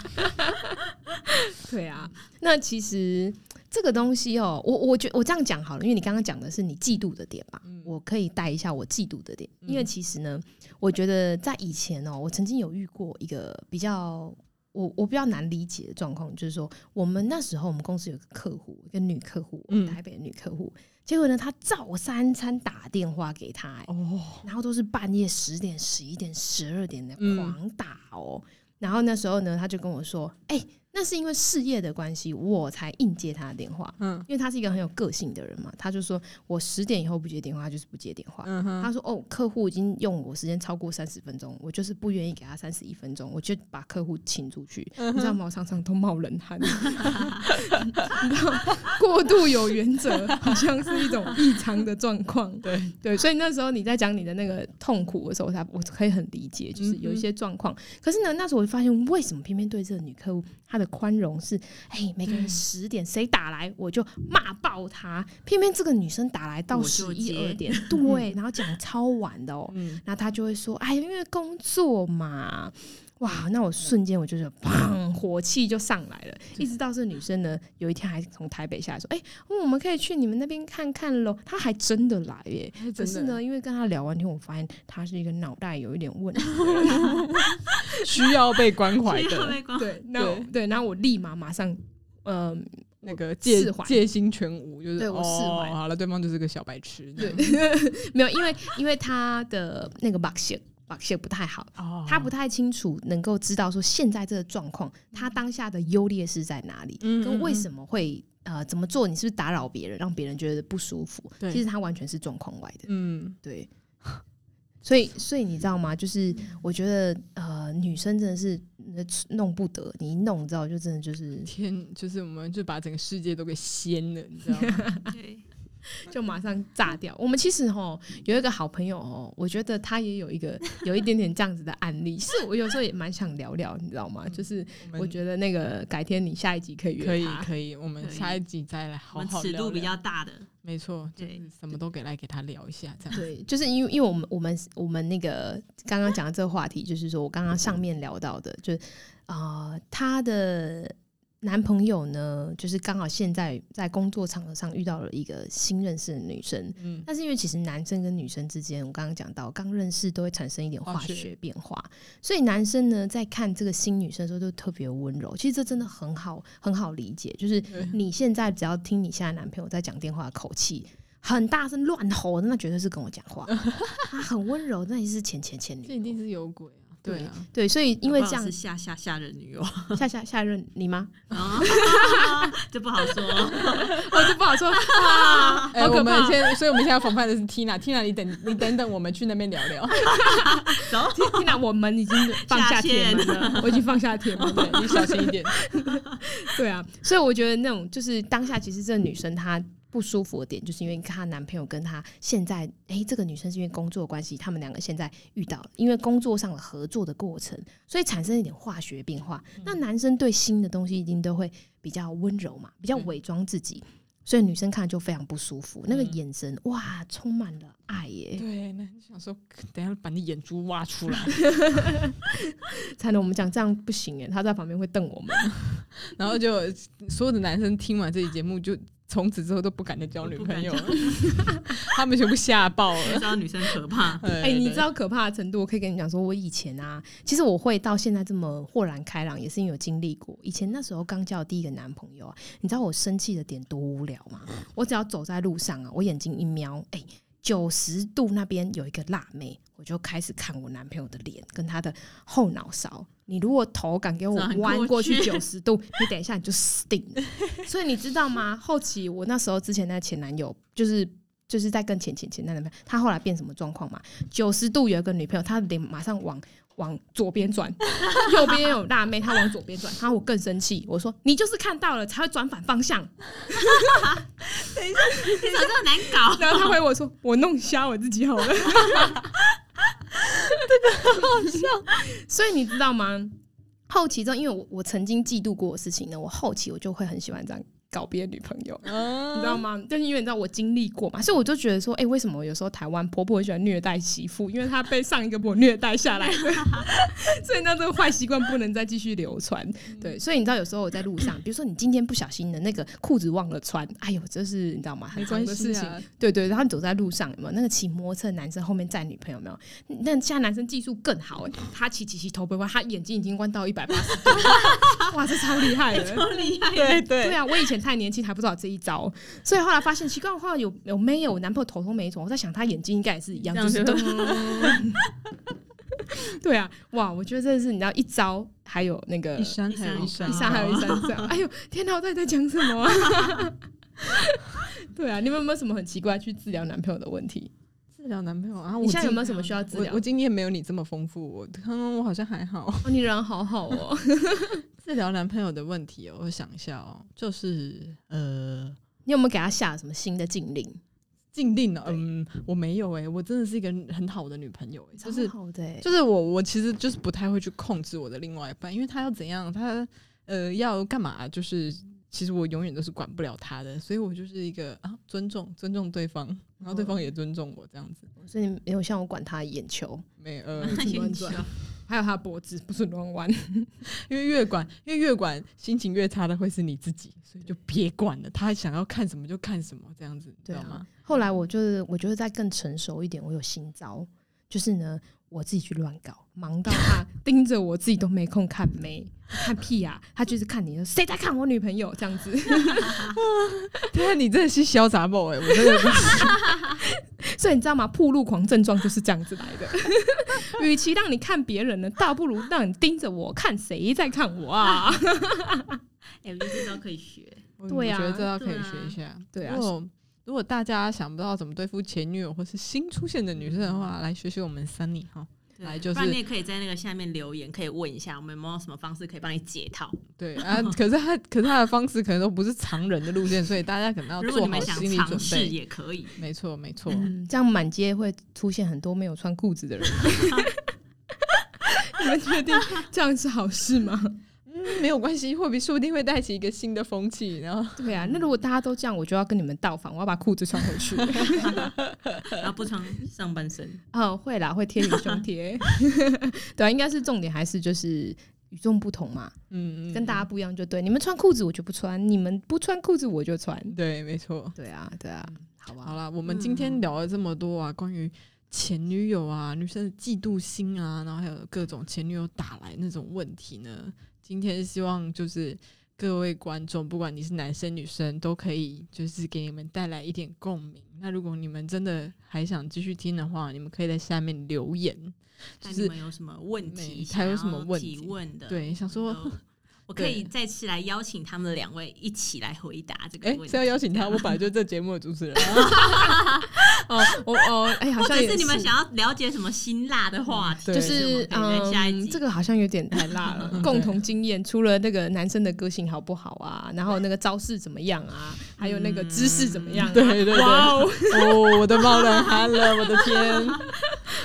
对啊，嗯那其实这个东西哦，我我觉我这样讲好了，因为你刚刚讲的是你嫉妒的点嘛，嗯我可以带一下我嫉妒的点，因为嗯其实呢，我觉得在以前哦，我曾经有遇过一个比较。我我比较难理解的状况就是说，我们那时候我们公司有个客户，一个女客户，嗯台北的女客户，结果呢，她照三餐打电话给她、欸哦，然后都是半夜十点、十一点、十二点的嗯狂打哦。然后那时候呢，他就跟我说：“哎、那是因为事业的关系，我才硬接他的电话。嗯因为他是一个很有个性的人嘛，他就说我十点以后不接电话，他就是不接电话。嗯哼，他说：“哦，客户已经用我时间超过三十分钟，我就是不愿意给他三十一分钟，我就把客户请出去。嗯哼你知道吗？我常常都冒冷汗， 你知道吗过度有原则，好像是一种异常的状况。对对，所以那时候你在讲你的那个痛苦的时候，我才我可以很理解，就是有一些状况。可是呢，那时候我就发现，为什么偏偏对这个女客户她的宽容是，哎，每个人十点谁打来我就骂爆她，偏偏这个女生打来到我十就一接二 点，对，然后讲超晚的哦，嗯，然后她就会说，哎，因为工作嘛。哇！嗯那我瞬间我就是砰，火气就上来了。一直到这女生呢，有一天还从台北下来说：“哎、我们可以去你们那边看看喽。”她还真的来耶、可真是的呢，因为跟他聊完天，我发现他是一个脑袋有一点 问题。需要被关怀 需要的 被关对，那我对，然后我立马马上，嗯、那个戒释怀戒心全无，就是对我释哦怀好了，对方就是个小白痴。对， 没有，因为因为他的那个 bug 线 bug 线不太好，哦他不太清楚能够知道说现在这个状况，他当下的优劣势在哪里，嗯跟为嗯什么会呃怎么做，你是不是打扰别人，让别人觉得不舒服？对其实他完全是状况外的。嗯，对， 所以所以你知道吗？就是嗯我觉得呃，女生真的是呃弄不得，你一弄，你知道就真 的就是天，就是我们就把整个世界都给掀了，你知道 吗？对，就马上炸掉。我们其实吼有一个好朋友哦，我觉得他也有一个有一点点这样子的案例，是我有时候也蛮想聊聊，你知道吗？嗯就是们我觉得那个改天你下一集可以约可以他可以，我们可以下一集再来我好们好尺度聊比聊较大的，没错，就对是什么都给来给他聊一下，这样。对，就是因为因为我们我们我们那个刚刚讲的这个话题，就是说我刚刚上面聊到的，就是啊，她、的男朋友呢，就是刚好现在在工作场合上遇到了一个新认识的女生， 嗯，但是因为其实男生跟女生之间，我刚刚讲到刚认识都会产生一点化化学学变化，所以男生呢在看这个新女生的时候就特别温柔。其实这真的很好，很好理解，就是对你现在只要听你现在男朋友在讲电话的口气。很大声乱吼，那绝对是跟我 讲话。他很温柔，那也是前前前女这一定友。是有鬼啊！对啊，对，所以因为搞这不好样是，下下下任 女友下下下任你吗？啊，这不好 说。我就不 好说啊，哎，好我可们怕。现在，所以我们现在要防范的是 Tina，Tina，你等你等等，我们去那边聊 聊，走，天哪，我们已经放下铁门了，我已经放下铁门了。对你小心一 点。对啊，所以我觉得那种就是当下，其实这个女生她不舒服的点，就是因为她男朋友跟她现在，诶，这个女生是因为工作的关系，他们两个现在遇到，因为工作上的合作的过程，所以产生一点化学变化。嗯那男生对新的东西一定都会比较温柔嘛，比较对伪装自己。所以女生看了就非常不舒服，那个嗯眼神哇，充满了爱耶！对，那你想说，等一下把你眼珠挖出来，才能我们讲这样不行耶，她在旁边会瞪我们。然后就所有的男生听完这期节目，就从此之后都不敢再交女朋 友了，他们全部吓爆你了知。道女生可怕，哎 哎、你知道可怕的程度？我可以跟你讲，说我以前啊，其实我会到现在这么豁然开朗，也是因为有经历过。以前那时候刚交第一个男朋友啊，你知道我生气的点多无聊吗？我只要走在路上啊，我眼睛一瞄，哎、九十度那边有一个辣妹，我就开始看我男朋友的脸跟他的后脑勺。你如果头敢给我转过弯过去去九十度，你等一下你就死定了。 所以你知道吗？后期我那时候之前那前男友就是。就是在跟前前前那男朋友，他后来变什么状况嘛？九十度有一个女朋友，他脸马上往往左边转， 右边有辣妹，他往左边转，然后我更生气，我说你就是看到了才会转反方向，你怎么这么难搞？ 然后他回我说：“我弄瞎我自己好了。” 这个好笑。所以你知道吗？后期中，因为我我曾经嫉妒过的事情呢，我后期我就会很喜欢这样搞别的女朋友。嗯你知道吗？就是因为你知道我经历过嘛，所以我就觉得说，哎、为什么有时候台湾婆婆会喜欢虐待媳妇？因为她被上一个婆虐待下 来的，所以那这个坏习惯不能再继续流传。嗯对，所以你知道有时候我在路上，比如说你今天不小心的那个裤子忘了穿，哎呦，这是你知道吗？很没常关的事系情。啊，对对，然后你走在路上有没有那个骑摩托车的男生后面载女朋友有没有？那现在男生技术更好、欸，他骑骑骑头不会弯，他眼睛已经弯到一百八十度 了，哇，这超厉害的。多厉害！对 对对，啊，我以前太年轻还不知道这一招，所以后来发现奇怪，后来有有没有我男朋友头都没转，我在想他眼睛应该也是一样，这就样是就都。 对啊，哇，我觉得真的是你知道一招，还有那个一山还有一一山山，一山还有一山这 样。哎呦，天哪，我到底在讲什么、啊？ 对啊，你们有没有什么很奇怪去治疗男朋友的问题？治疗男朋友啊，你我现在有经没有什么需要治我疗我？经验没有你这么丰富，我刚刚我好像还好。哦，你人好好哦。治疗男朋友的问题哦，我想一下哦，就是呃，你有没有给他下什么新的禁令？禁令哦，对嗯，我没有哎、我真的是一个很好的女朋友、欸，就是超好的欸，就是我我其实就是不太会去控制我的另外一半，因为他要怎样，他呃要干嘛，就是其实我永远都是管不了他的，所以我就是一个啊尊重尊重对方，然后对方哦也尊重我这样子，所以你没有像我管他眼球，没呃，乱转还有他的脖子不准乱弯。因为越管因为越管心情越差的会是你自己，所以就别管了，他想要看什么就看什么这样子，你知对道啊吗？， 后来我就是我觉得再更成熟一点，我有新招，就是呢，我自己去乱搞，忙到他盯着我自己都没空看妹，看屁啊！他就是看你，谁在看我女朋友这样子， 对啊，你真的是潇洒 boy，我真的不是所以你知道吗？铺路狂症状就是这样子来 的。与其让你看别人呢，倒不如让你盯着我看谁在看我啊！哎，我觉得这招可以学。我对啊哦我觉得这倒可对以啊学一下。对啊如，果如果大家想不到怎么对付前女友或是新出现的女生的话，来学学我们 Sunny 哈。对来就是不然你也可以在那个下面留言，可以问一下我们有没有什么方式可以帮你解套。对 啊，可是他可是他的方式可能都不是常人的路线，所以大家可能要如果啊做你好们想心理尝准试备。也可以，没错，没错。嗯，这样满街会出现很多没有穿裤子的 人。你们确定这样是好事吗？嗯，没有关系，会不说不定会带起一个新的风气。然后，对啊，那如果大家都这样，我就要跟你们倒反，我要把裤子穿 回去。然后不穿上 半身，嗯，会啦，会贴胸贴。 对啊，应该是重点还是就是与众不同嘛，嗯，嗯跟大家不一样就对。你们穿裤子我就不穿，你们不穿裤子我就穿。嗯对，没错。对啊，对啊，好吧。好啦，我们今嗯天嗯聊了这么多啊，关于前女友啊、女生的嫉妒心啊，然后还有各种前女友打来那种问题呢。今天希望就是各位观众，不管你是男生女生，都可以就是给你们带来一点共鸣。那如果你们真的还想继续听的话，你们可以在下面留言，就看你是们有什么问题没想要还有什么问题提问的？对，想说都， 我可以哦对再次来邀请他们两位一起来回答这个哎问是题。要邀请他，我本来就是这节目的主持 人。哦，我哦，哎、好或者像也是你们想要了解什么辛辣的话题，对就我是们可以在下一嗯，集这个好像有点太 辣了嗯。共同经验，除了那个男生的个性好不好 啊，然后那个招式怎么样啊，还有那个姿势怎么样、啊对对对， 哇哦，哦，我的冒冷汗了，我的天！嗯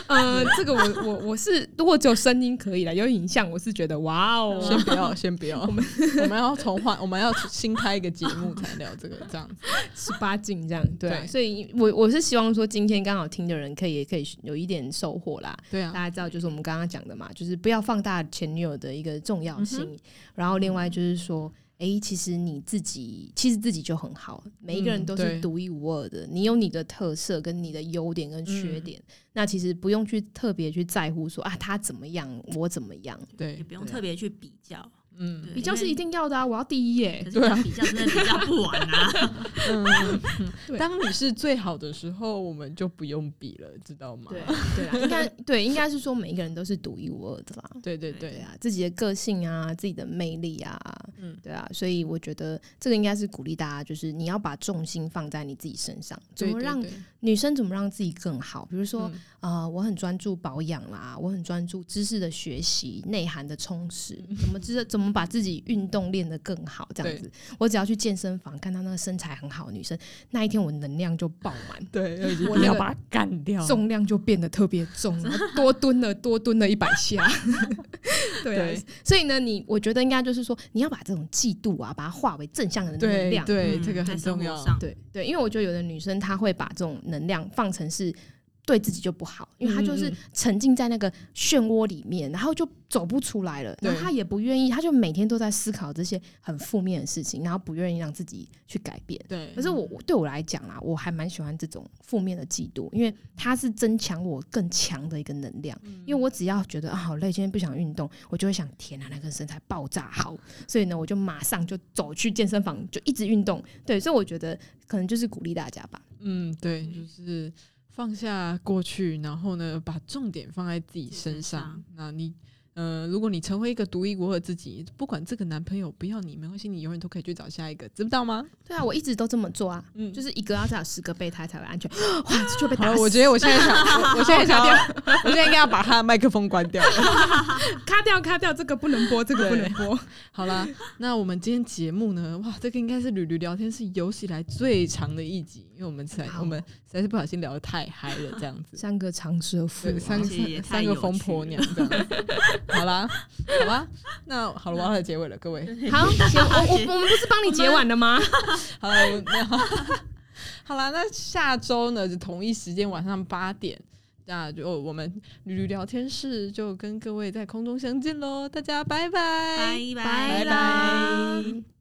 呃，这个我我我是如果只有声音可以了，有影像我是觉得哇哦，先不 要，先不要，我们 我们要重换，我们要新开一个节目才聊这个，这 样子。十八禁这样，对啊、对所以我我是希望说，今天刚好听的人可以也可以有一点收获啦。对大啊，家知道，就是我们刚刚讲的嘛，就是不要放大前女友的一个重要性。嗯然后另外就是说，诶，其实你自己其实自己就很好，每一个人嗯都对是独一无二的，你有你的特色跟你的优点跟缺嗯点。那其实不用去特别去在乎说啊，他怎么样，我怎么样。对，也不用对啊特别去比较，嗯对比较是一定要的啊，我要第一耶 可。是对啊比较真的比较不完啊。嗯，嗯嗯 对当你是最好的时候，我们就不用比了，知道吗？对对啦，应该对，应该是说每一个人都是独一无二的啦。对对对对，啊，自己的个性啊，自己的魅力啊，嗯对啊，所以我觉得这个应该是鼓励大家，就是你要把重心放在你自己身上，怎对么对让对女生怎么让自己更好？比如说，嗯啊，我很专注保养啦，我很专注知识的学习、内涵的充实，怎么知怎么把自己运动练得更好？这样嗯对子，我只要去健身房看到那个身材很好的女生，那一天我能量就爆满。对，我我要那个把它干掉。重量就变得特别 重，然后多蹲了多蹲了一百下。对啊、对所以呢，你我觉得应该就是说，你要把这种嫉妒啊，把它化为正向的能对量。 对，嗯这个在很生重活要。上对对，因为我觉得有的女生她会把这种能量放成是。对自己就不好，因为她就是嗯沉浸在那个漩涡里面，然后就走不出来了。对然后她也不愿意，她就每天都在思考这些很负面的事情，然后不愿意让自己去改变。对，可是我我对我来讲啦，我还蛮喜欢这种负面的嫉妒，因为它是增强我更强的一个能量。因为我只要觉得啊好累，今天不想运动，我就会想天啊，那个身材爆炸好，所以呢，我就马上就走去健身房，就一直运动。对，所以我觉得可能就是鼓励大家吧。嗯，对，嗯就是放下过去，然后呢，把重点放在自己自己身身上上。那你，呃，如果你成为一个独一无二的自己，不管这个男朋友不要你，没关系，你永远都可以去找下一个，知道吗？对啊，我一直都这么做啊，嗯，就是是一个要至少十个备胎才会安全，哇，这就被好打了，死。我觉得我现在想，我我现在想要，我现在应该要把他的麦克风关掉了。卡掉卡掉，这个不能播，这个不能播。好啦，那我们今天节目呢，哇，这个应该是吕吕聊天是有史以来最长的一集，因为我们才好我们实在是不小心聊得太嗨了，这样子。三个长舌妇、对，啊，三个其实三也太三个有疯趣婆了娘这样子。好啦，好啦，那好了，我要来结尾了，各位。 好，结我我我们不是帮你结完了吗？好了，我没有。 好啦，那下周呢，就同一时间晚上八点，那就我们驴驴聊天室就跟各位在空中相见喽，大家拜拜，拜拜拜拜拜。